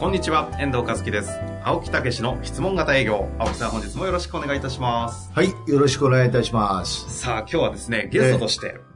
こんにちは、遠藤和樹です。青木武の質問型営業。青木さん、本日もよろしくお願いいたします。はい、よろしくお願いいたします。さあ、今日はですね、ゲストとして、えー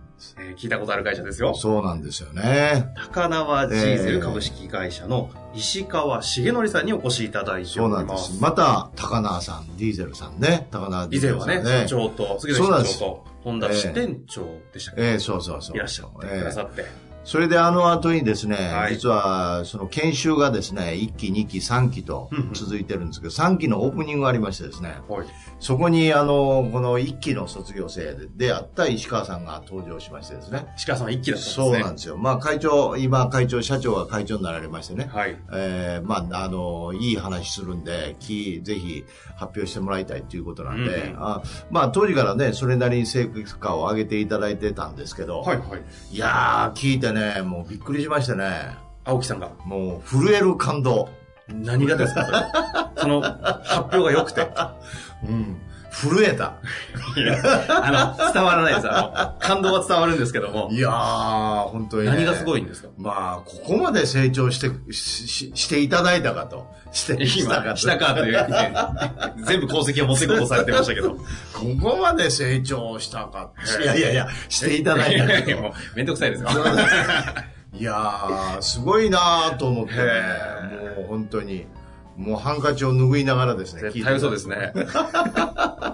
聞いたことある会社ですよ。そうなんですよね。高輪ジーゼル株式会社の石川重則さんにお越しいただいてそおうりなんま。ですす。また、高輪さん、ディーゼルさんね。高輪ディ以ーゼ前ルはさんね、社長と、杉そうな野社んです長と、本田支店長でしたっけ、ええそうそうそう。いらっしゃってくださえって。えそれであの後にですね、はい実はその研修がですね、1期、2期、3期とうんうん続いてるんですけど、3期のオープニングがありましてですね、はい。そこにあの、この1期の卒業生でであった石川さんが登場しましてですね。石川さんは一気だったんですね。そうなんですよ。まあ会長、今会長、社長が会長になられましてね。はい。えーまあ、あの、いい話するんで、きぜひ発表してもらいたいということなんで、うんうんあまあ、当時からね、それなりに成果を上げていただいてたんですけど、はい、はい。い、やー、聞いてね、もうびっくりしましたね。青木さんが、もう、震える感動。何がですか、そ れ。その、発表が良くて。うん。震えた。いや、あの、伝わらないです。あの、感動は伝わるんですけどもい。やー、本当に、ね。何がすごいいんですかまあ、ここまで成長して、し、ししていただいたかと。して、したか今、としたかという意見、全部功績を持っていこうとされてましたけど。ここまで成長した か。いやいやいや、していただいたかいや と。もう、めんどくさいですよ。いやー、すごいなーと思ってねへ、もう本当に、もうハンカチを拭いながらですね、。絶対嘘ですすね。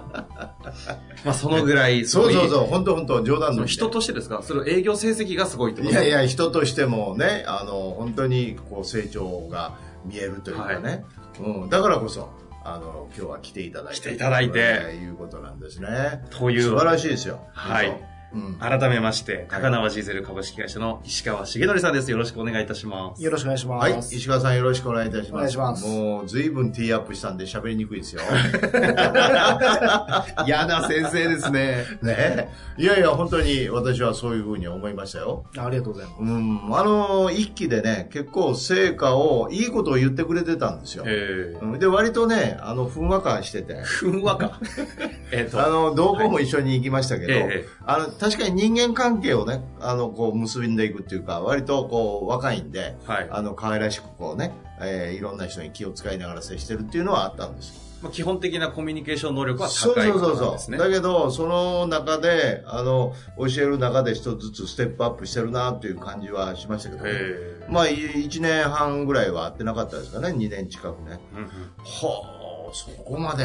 まあ、そのぐらい、すそごういそうそう、本当本当冗談そのの人としてですかそれ営業成績がすごいってこいとやいや、人としてもね、あの、本当にこう成長が見えるというかね、うん、だからこそ、あの、今日は来ていただい来て。ていただいていうことなんですね。という素晴らしいですよ。はい本当。うん。改めまして、高輪ジーゼル株式会社の石川重則さんです。よろしくお願いいたします。よろしくお願いします。はい、石川さんよろしくお願いいたします。お願いしますもう、随分ティーアップしたんで喋りにくいですよ。 嫌な先生ですね。ねいやいや、本当に私はそういうふうに思いましたよ。ありがとうございます。うん、あの、一期でね、結構成果を、いいことを言ってくれてたんですよ。えうんで、割とね、あの、ふんわかしてて、ふんわか。えっと、あの、同行も一緒に行きましたけど、はいええあの、確かに人間関係をね、あの、こう、結んでいくっていうか、割とこう、若いんで、はい。あの、可愛らしくこうね、えーいろんな人に気を使いながら接してるっていうのはあったんですよまあ、基本的なコミュニケーション能力はそう高そいう方そうなんそでうすね。だけど、その中で、あの、教える中で一つずつステップアップしてるなっていう感じはしましたけど、ね、へまあ、い1年半ぐらいは会ってなかったですかね、2年近くね。ーうんうんはあ、そこまで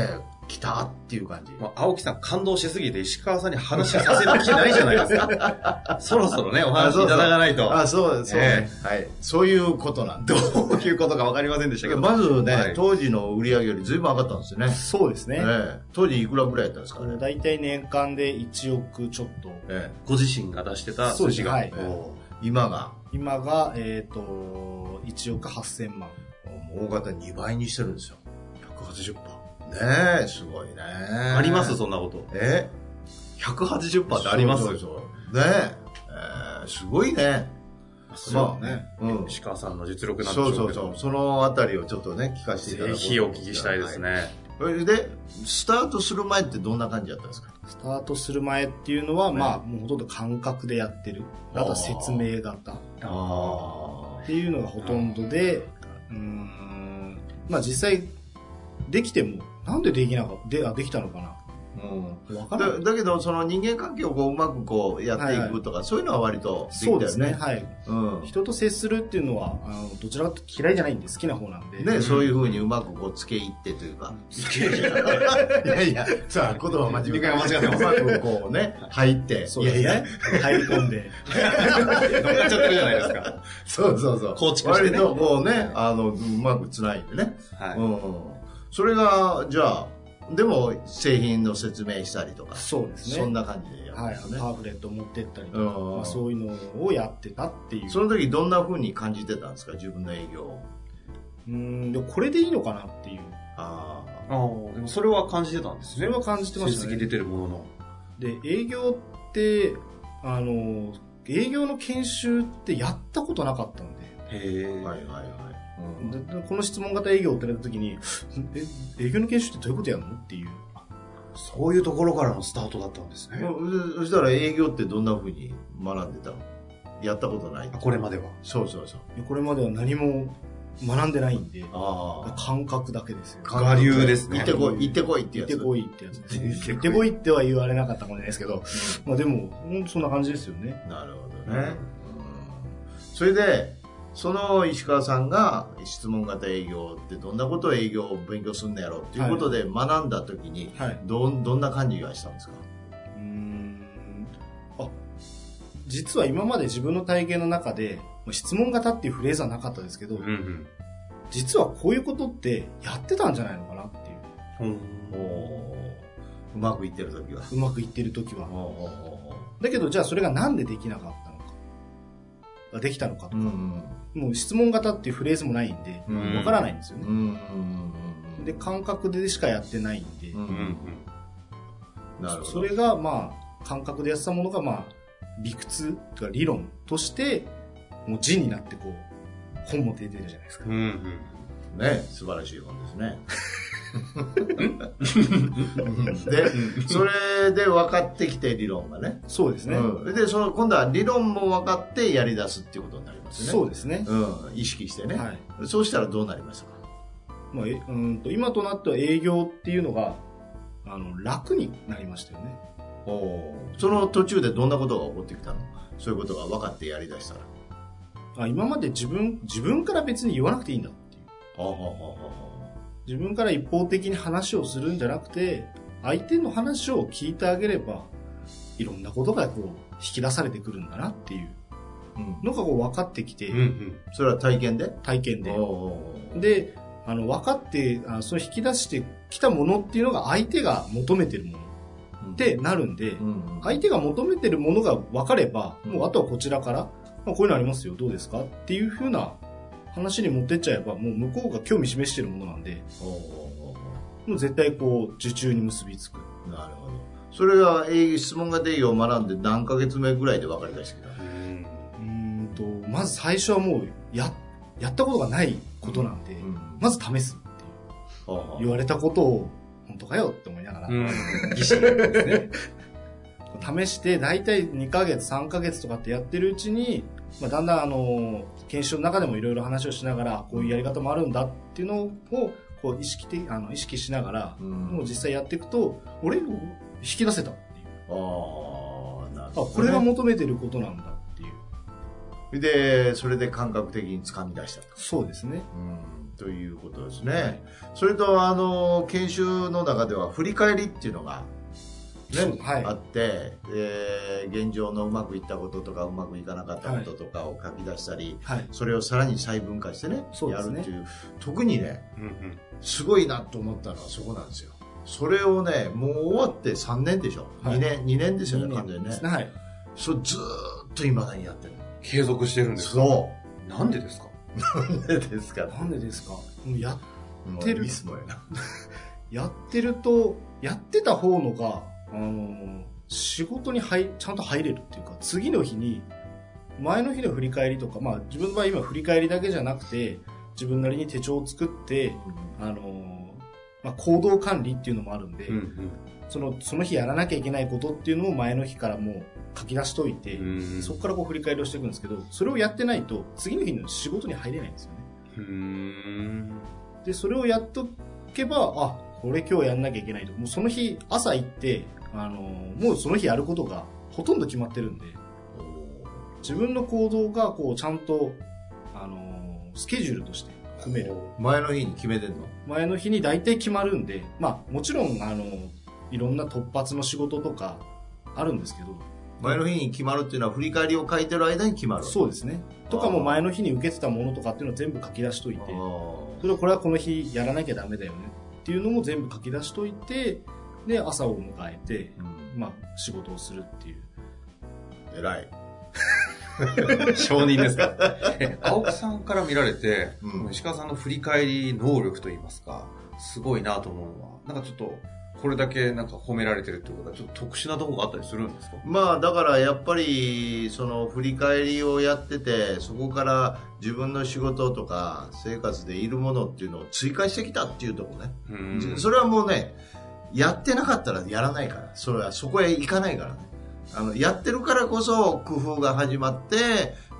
来たっていう感じ。まあ、青木さん感動しすぎて石川さんに話させる気ないじゃないですか。 そろそろね、お話いただかないと。あ、そうそう、えはい。そういうことなんでどういうことかわかりませんでしたす。けど。まずね、はい当時の売り上げよりずいぶん上がったんですよね。そうですね。ええ当時いくらぐらいやったんですかね。大体年間で1億ちょっと。えご自身が出してた数字が。そうですねはいおえ今が、今が、えっ、と、1億8000万。もう大型2倍にしてるんですよ。ー180%。ねえ、すごいね。あありますそんなこと。え180%ってありますそうそうそうねええーすごいね。そうね。まあうん。石川さんの実力なんでしょそううけそど。うそう。そのあたりをちょっとね、聞かせていただぜこうひお聞きしたいですね。はい。それで、スタートする前ってどんな感じだったんですかスタートする前っていうのは、まあ、もうほとんど感覚でやってる。あとは説明型っあていうのがほとんどで、うーん、まあ実際、できても、なんでできなかで、あ、できたのかあ。うん。なわかんないだ。だけど、その人間関係をこううまくこうやっていくとか、そういうのは割とできたそようね。ですね。はい。うん。人と接するっていうのは、あのどちらかというと嫌いじゃないんで、好きな方なんで。ね、そういうふうにうまくこう、つけいってというか。 いやいや、さあ、言葉真面目から間違ってうまくこうね、入って。そうですね。いやいや、入り込んで。乗っかっちゃってるじゃないですか。そうそうそう。構築してね割とこうね、あの、うまくつないでね。はうん。それが、じゃあ、でも製品の説明したりとか、そうですねそんな感じでやるんはでい、すよね、パンフレット持ってったりとか、うんまあ、そういうのをやってたっていうその時どんな風に感じてたんですか自分の営業をうんでもこれでいいのかなっていうあああ、でもそれは感じてたんですそれは感じて成ました績出ねてるものの。で営業ってあの営業の研修ってやったことなかったんでへあえ。はいはいはい、うんでこの質問型営業って言われた時にえ営業の研修ってどういうことやるのっていうそういうところからのスタートだったんですね。うんそしたら営業ってどんな風に学んでたのやったことないあこれまでは。そうそうそうこれまでは何も学んでないんであ感覚だけですよ我流ですね行ってこい行ってこいって行やっつてこいってやつ ですね行ってこい行ってこいっては言われなかったかもしれないですけど、まあでもほんとそんな感じですよねなるほどね、うんそれでその石川さんが質問型営業ってどんなことを営業を勉強するんのやろうということで学んだ時にはいどんどんな感じがしたんですかうーんあ実は今まで自分の体験の中でまあ質問型っていうフレーズはなかったですけど、うん実はこういうことってやってたんじゃないのかなってういうん。おーうまくいってる時はうまくいってる時はおーおーおだけどじゃあそれがなんでできなかったのかあできたのかーとう、んもう質問型っていうフレーズもないんでうんうんわからないんですようんね、うんうんで感覚でしかやってないんで、ううんうんんなるほどそれがまあ感覚でやってたものがまあ理屈とか理論としてもう字になってこう本も出てるじゃないですかうんうん。ね素晴らしい本ですねでそれで分かってきて理論がねそうですね、うん、でその今度は理論も分かってやり出すっていうことになりますねそうですね、うん、意識してね、はいそうしたらどうなりましたかまあ、えうんと今となっては営業っていうのがあの楽になりましたよねその途中でどんなことが起こってきたのそういうことが分かってやりだしたらあ今まで自分自分から別に言わなくていいんだっていう自分から一方的に話をするんじゃなくて相手の話を聞いてあげればいろんなことがこう引き出されてくるんだなっていううんのがこう分かってきて、うんうん。それは体験で体験でおうおうおうであの分かってあその引き出してきたものっていうのが相手が求めてるものってなるんで、うんうん相手が求めてるものが分かれば、うんもうあとはこちらから、まあ、こういうのありますよどうですかっていうふうな話に持ってっちゃえばもう向こうが興味示してるものなんでおうおうおうもう絶対こう受注に結びつくなるほどそれはえー質問が営業を学んで何ヶ月目ぐらいで分かりだしてきたうんうーんとまず最初はもうややったことがないことなんで、まず試すっていおうう言われたことを本当かよって思いながら、うん。儀式ですね。試して大体2ヶ月3ヶ月とかってやってるうちに、まあ、だんだんあの研修の中でもいろいろ話をしながらこういうやり方もあるんだっていうのをこう意識的あの意識しながら、うんもう実際やっていくと俺引き出せたっていうああなるほあどねこれが求めてることなんだっていうでそれで感覚的につかみ出したとそうですねうんということですね、それとあの研修の中では振り返りっていうのが、そうねはいあって、えー現状のうまくいったこととかうまくいかなかったこととかを書き出したり、はいそれをさらに細分化してねそうでやするねっていう特にねうんうん。すごいなと思ったのはそこなんですよそれをねもう終わって3年でしょ、は2い年2年ですよね完全いいにねですねはいそうずーっといまだにやってる継続してるんですかそなんでですかう ですからなんでですかもうやもてうるミスもやなやってるとやってた方のがあの仕事に入ちゃんと入れるっていうか次の日に前の日の振り返りとか、まあ、自分の場合今振り返りだけじゃなくて自分なりに手帳を作って、あのまあ、行動管理っていうのもあるんで、うんそのその日やらなきゃいけないことっていうのを前の日からもう書き出しというて、ん。そこからこう振り返りをしていくんですけどそれをやってないと次の日の仕事に入れないんですよね。うん。でそれをやっとけばあこれ今日やんなきゃいけないともうその日朝行って、あのーもうその日やることがほとんど決まってるんで自分の行動がこうちゃんと、あのースケジュールとして組める前の日に決めてんの前の日に大体決まるんでまあもちろん、あのーいろんな突発の仕事とかあるんですけど前の日に決まるっていうのは振り返りを書いてる間に決まるそううですねとかも前の日に受けてたものとかっていうのを全部書き出してといてあーそれをこれはこの日やらなきゃダメだよねっっていうのも全部書き出しといてで朝を迎えて、まあ、仕事をするっていう偉い。承認ですかえ青木さんから見られて、うん石川さんの振り返り能力といいますかすごいなと思うのはなんかちょっとこれだけなんか褒められてるってことはちょっと特殊なとこがあったりするんですかまあだからやっぱりその振り返りをやっててそこから自分の仕事とか生活でいるものっていうのを追加してきたっていうところね、うんそれはもうねやってなかったらやらないからそれはそこへ行かないからねあのやってるからこそ工夫が始まって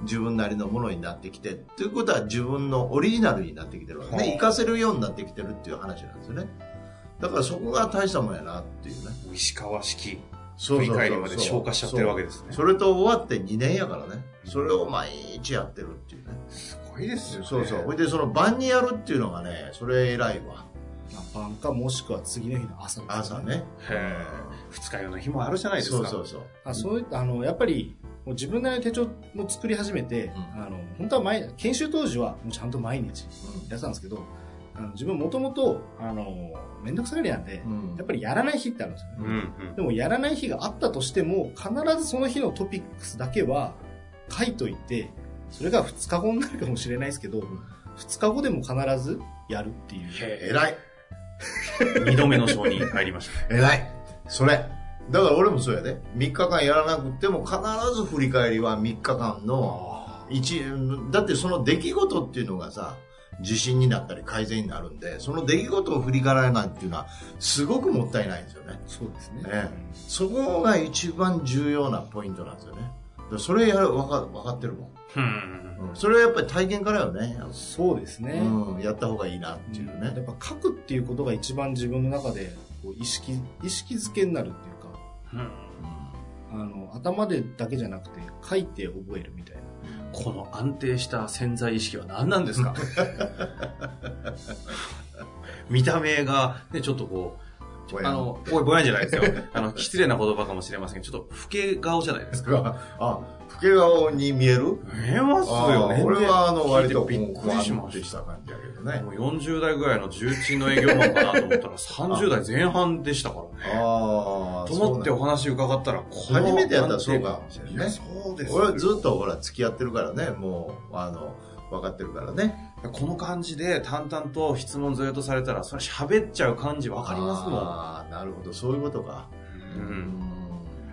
自分なりのものになってきてということは自分のオリジナルになってきてるわけはいね活かせるようになってきてるっていう話なんですよねだからそこが大したもんやなっていうね石川式そう振そうりそうそう返りまで消化しちゃってるわけですねそれと終わって2年やからねそれを毎日やってるっていうねすごいですよねそうそうほいでその晩にやるっていうのがねそれ偉いわまあ晩かもしくは次の日の朝ですね朝ねへー二日酔いの日もあるじゃないですそかうそうそうあそういあのやっぱりもう自分なりの手帳も作り始めて、うんあの本当は毎研修当時はもうちゃんと毎日やってたんですけどあの自分もともと面倒くさがりなんで、うんやっぱりやらない日ってあるんですよね、うんうんでもやらない日があったとしても必ずその日のトピックスだけは書いといてそれが2日後になるかもしれないですけど、ん2日後でも必ずやるっていう偉い二度目の承認入りましたね偉いそれだから俺もそうやで3日間やらなくても必ず振り返りは3日間の一だってその出来事っていうのがさ自信になったり改善になるんでその出来事を振り返らないっていうのはすごくもったいないんですよねそうですねねそこが一番重要なポイントなんですよね。だからそれやる分か分かってるもん,、うんそれはやっぱり体験からよね。そうですね、うん、やった方がいいなっていうやっね。ぱ書くっていうことが一番自分の中でこう意識意識づけになるっていうかうんあの頭でだけじゃなくて書いて覚えるみたいなこの安定した潜在意識は何なん ですか見た目が、ね、ちょっとこう、ぼやあんの、おい、ぼやんじゃないですよ。あの、失礼な言葉かもしれませんけど、ちょっと老け顔じゃないですか。 あ、老け顔に見える見えますよね。あ俺はあの割と聞いてびっくりしましした感じやけどた。ねも。う40代ぐらいの重鎮の営業マンかなと思ったら、30代前半でしたからね。ああ、と思ってそうお話伺ったら、この初めてやったらそうかもしれないねやそうですよなん俺はずっとほら付き合ってるからね、もう、あの、分かってるからね。この感じで淡々と質問ずっとされたら、それ喋っちゃう感じわかりますもん。ああ、なるほど、そういうことか。ううん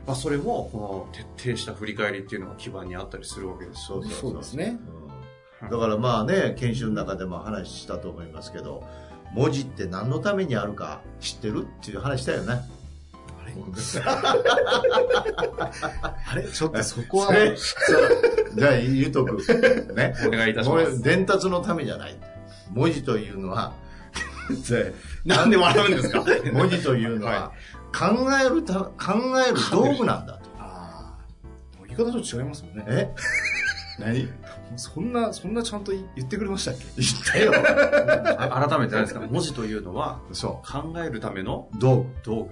まあ、それもこの徹底した振り返りっていうのが基盤にあったりするわけですそうそうそうそうですねうんだからまあね研修の中でも話したと思いますけど文字って何のためにあるか知ってるっていう話だよねあれうんあれちょっとそこはそ れそうじゃあ言うとくねお願いいたしもまう す伝達のためじゃない文字というのはで なんで笑うんですか 文字というのは考えるた考える道具なんだとああ言い方ちょっと違いますもんねもえ 何言うそんなそんなちゃんと言ってくれましたっけったよあ改めてなんですか文字というのはそ考えるためのう道具道具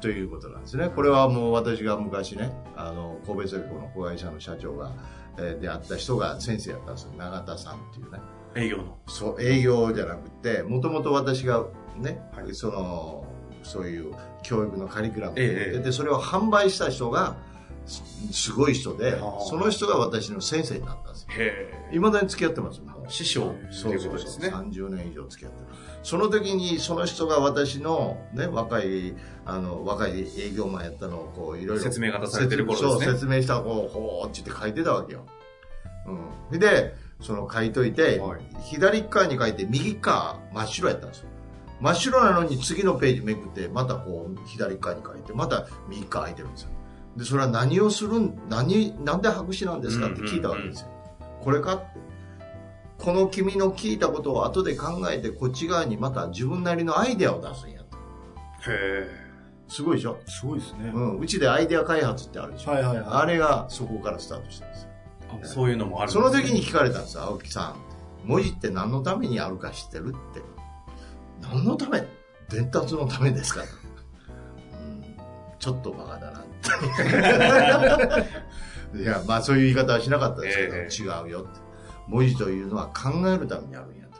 ということなんですね。これはもう私が昔ね、あの、神戸製鋼の子会社の社長が、えー、出会った人が先生やったんですよ。永田さんっていうね。営業のそう、営業じゃなくて、もともと私がね、その、そういう教育のカリキュラムを持っててええで、それを販売した人が、すすごい人ではあ、その人が私の先生になったんですよ。へえいまだに付き合ってますもん。師匠とそいううそことうですそう、ね30年以上付き合ってるその時にその人が私の、ね、若いあの若い営業マンやったのをこういろいろ説明方されてる頃ですねそう説明したこうほーって言って書いてたわけよ、うん、でその書いといて、はい左側に書いて右側真っ白やったんですよ真っ白なのに次のページめくってまたこう左側に書いてまた右側空いてるんですよでそれは何をするん何なんで白紙なんですかって聞いたわけですよ、これかってこの君の聞いたことを後で考えてこっち側にまた自分なりのアイデアを出すんやとへすごいでしょ、すごいですねうん、うちでアイデア開発ってあるでしょ、はいはいはいあれがそこからスタートしたんですよえそういうのもあるんその時にに聞かれたんです青木さん文字って何のためにあるか知ってるって何のため伝達のためですか、うん、ちょっとバカだなって いやまあそういう言い方はしなかったですけえど、違うよって文字というのは考えるためにあるんやと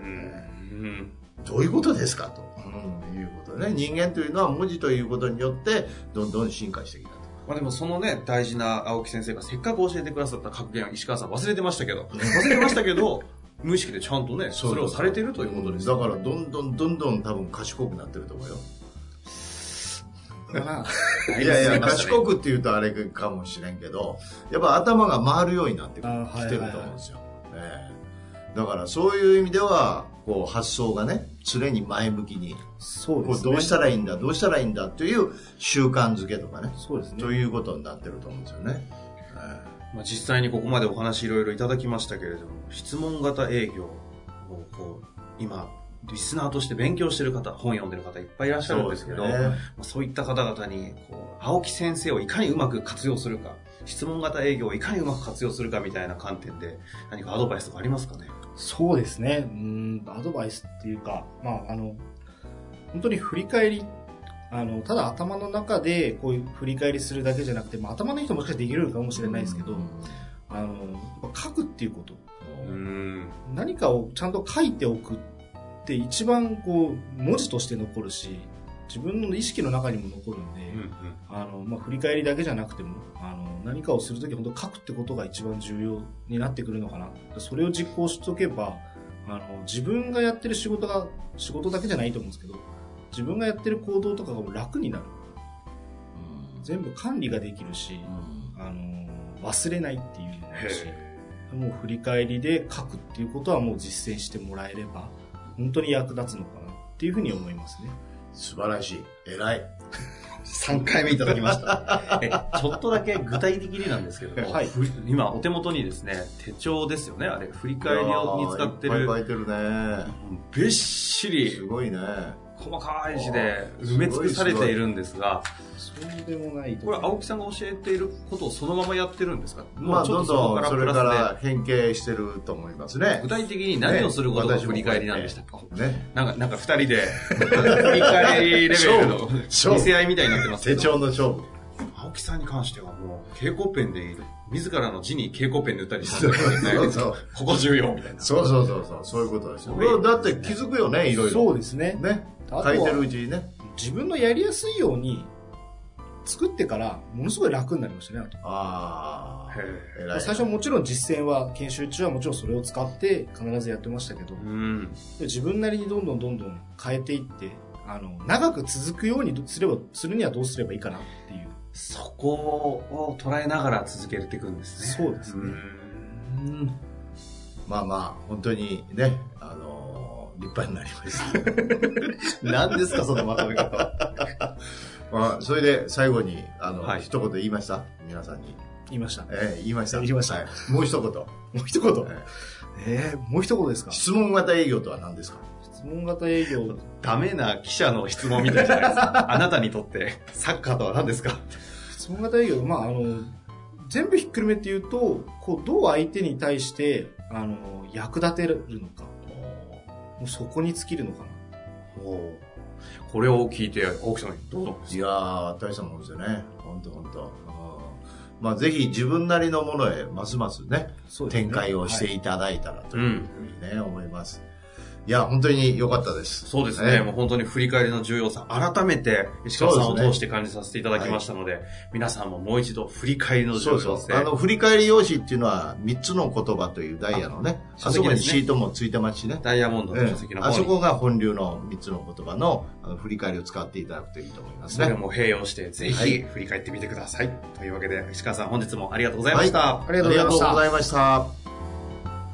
うんどういうことですかと、うんいうことね人間というのは文字ということによってどんどん進化してきたと。まあでもそのね、大事な青木先生がせっかく教えてくださった格言は石川さん忘れてましたけど、忘れてましたけど、 無意識でちゃんとね、それをされてるということです。だからどんどんどんどん多分賢くなってると思うよまあいやいや、ましたね賢くって言うとあれかもしれんけど、やっぱ頭が回るようになってきてあーはいると思うんですよ。ええだからそういう意味では、こう発想がね、常に前向きに、そうこでうすね。どうしたらいいんだ、どうしたらいいんだという習慣づけとかね、そうですね。ということになってると思うんですよね。まあ実際にここまでお話いろいろいただきましたけれども、質問型営業をこう、今、リスナーとして勉強してる方、本読んでる方いっぱいいらっしゃるんですけど、そうですねまあそういった方々にこう青木先生をいかにうまく活用するか質問型営業をいかにうまく活用するかみたいな観点で何かアドバイスとかありますかねそうですね。うん、アドバイスっていうか、まあ、あの、本当に振り返り、あの、ただ頭の中でこういう振り返りするだけじゃなくて、まあ、頭の人もしかしてできるかもしれないですけど、あの、やっぱ書くっていうこと、うん何かをちゃんと書いておくって一番こう、文字として残るし、自分の意識の中にも残るんで、あの、まあ、振り返りだけじゃなくても、あの、何かをするとき、本当書くってことが一番重要になってくるのかな。それを実行しておけば、あの、自分がやってる仕事が、仕事だけじゃないと思うんですけど、自分がやってる行動とかがもう楽になる。全部管理ができるし、あの、忘れないっていうのもあるし、もう振り返りで書くっていうことはもう実践してもらえれば、本当に役立つのかなっていうふうに思いますね。素晴らしい。偉い。 3回目いただきました えちょっとだけ具体的になんですけ ども、はいふ今お手元にですね手帳ですよねあれ振り返りに使っているっぱい書いてるね。びっしすりごいね。細かい字で埋め尽くされているんですがそうでもないとこれ青木さんが教えていることをそのままやってるんですかまあ、もどうんちょどっんとそこれプラスかでら変形してると思いますね具。体的に何をすることが振り返りなんでしたっけ、 ね。なんか、なんか二人で、振り返りレベルの見勝負せ合いみたいになってますけ手ど帳の勝負。青木さんに関してはもう、蛍光ペンで、自らの字に蛍光ペン塗ったりしたんですそ うね。そうここ重要みたいな。そうそうそうそう、そういうことですよ。そういうことだって気づくよね、いろいろ。そうですね。ね。あと書はいてるうちにね。自分のやりやすいように作ってからものすごい楽になりましたねあとあへあ、偉い。最初もちろん実践は研修中はもちろんそれを使って必ずやってましたけどうん。自分なりにどんどんどんどん変えていってあの長く続くようにすればするにはどうすればいいかなっていうそこを捉えながら続けていくんですね。そうですねうんまあまあ、本当にね、あのー立派になりました。何ですか、そのまとめ方。まあ、それで最後に、あの、はい一言言いました皆さんに。言いましたえー言いました。言いましたはいもう一言。もう一言えーえー、もう一言ですか質質問型営業とは何ですか問型営業ダメな記者の質問みたいじゃないですか。あなたにとって、サッカーとは何ですか質問型営業、まあ、あの、全部ひっくるめて言うと、こう、どう相手に対して、あの、役立てるのか。もうそこに尽きるのかな。これを聞いて、青木さん、どうぞ。いやー、大したもんですよね。本当本当。うんまあ、ぜひ自分なりのものへ、ますますね、そうですね展開をしていただいたらとう。いうんふうにね、思います。いや、本当に良かったです。そうですね。ねもう本当に振り返りの重要さ、改めて石川さんそをうですね通して感じさせていただきましたので、皆さんももう一度振り返りの重そ要う性。そう。あの、振り返り用紙っていうのは、3つの言葉というダイヤのね、書あそ籍こでにすねシートもついてますしね。ダイヤモンドうのん書籍の方あに、そこが本流の3つの言葉のあの振り返りを使っていただくといいと思いますそれね。も併用して、ぜはひい振り返ってみてください。というわけで、石川さん本日もありがとうございました。はいありがとうございましたありがとうございました。